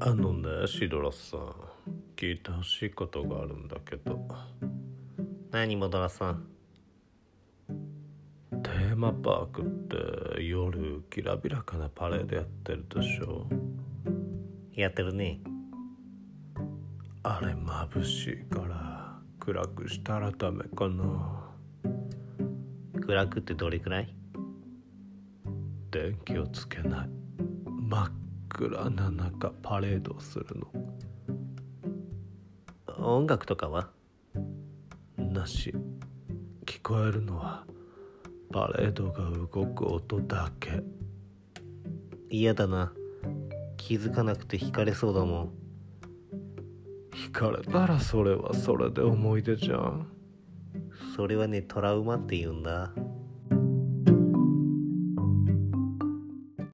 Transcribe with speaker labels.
Speaker 1: あのねシドラさん聞いてほしいことがあるんだけど
Speaker 2: 何もドラさん
Speaker 1: テーマパークって夜きらびらかなパレードやってるでしょ
Speaker 2: やってるね
Speaker 1: あれ眩しいから暗くしたらダメかな
Speaker 2: 暗くってどれくらい
Speaker 1: 電気をつけない真っ暗な中パレードをする
Speaker 2: 音楽とかは
Speaker 1: のなし聞こえるのはパレードが動く音だけ
Speaker 2: 嫌だな気づかなくて惹かれそうだもん
Speaker 1: 惹かれたらそれはそれで思い出じゃん
Speaker 2: それはねトラウマって言うんだ